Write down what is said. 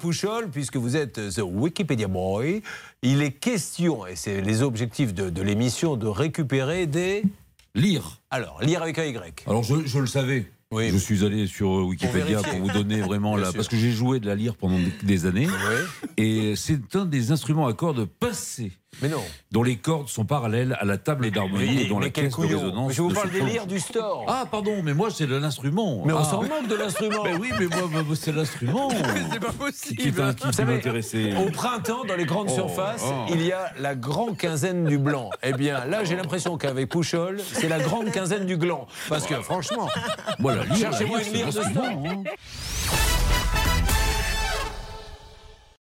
Pouchol, puisque vous êtes The Wikipedia Boy, il est question, et c'est les objectifs de, de l'émission, de récupérer des... Lire. Alors, lire avec un Y. Alors je, je le savais. Oui. Je suis allé sur euh, Wikipédia Pour pour, vérifier. vous donner vraiment Bien la. sûr. Parce que j'ai joué de la lyre pendant des- des années. Oui. Et c'est un des instruments à cordes passés, Mais non. dont les cordes sont parallèles à la table d'harmonie Mais, et dont la mais quel caisse de couillon. résonance. Je vous ne parle se des prolonge. lires du store. Ah, pardon, mais moi, c'est le- l'instrument. mais on Ah. s'en moque de l'instrument. Mais oui, mais moi, moi, moi, c'est l'instrument. C'est pas qui possible. t'in- qui Vous savez, m'intéressait. Au printemps, dans les grandes Oh, surfaces, oh. il y a la grande quinzaine du blanc. Eh bien, là, j'ai l'impression qu'avec Pouchol, c'est la grande quinzaine du gland. Parce que, franchement, Moi, la lyre, la Cherchez-moi lyre, une c'est lyre de l'instrument, hein.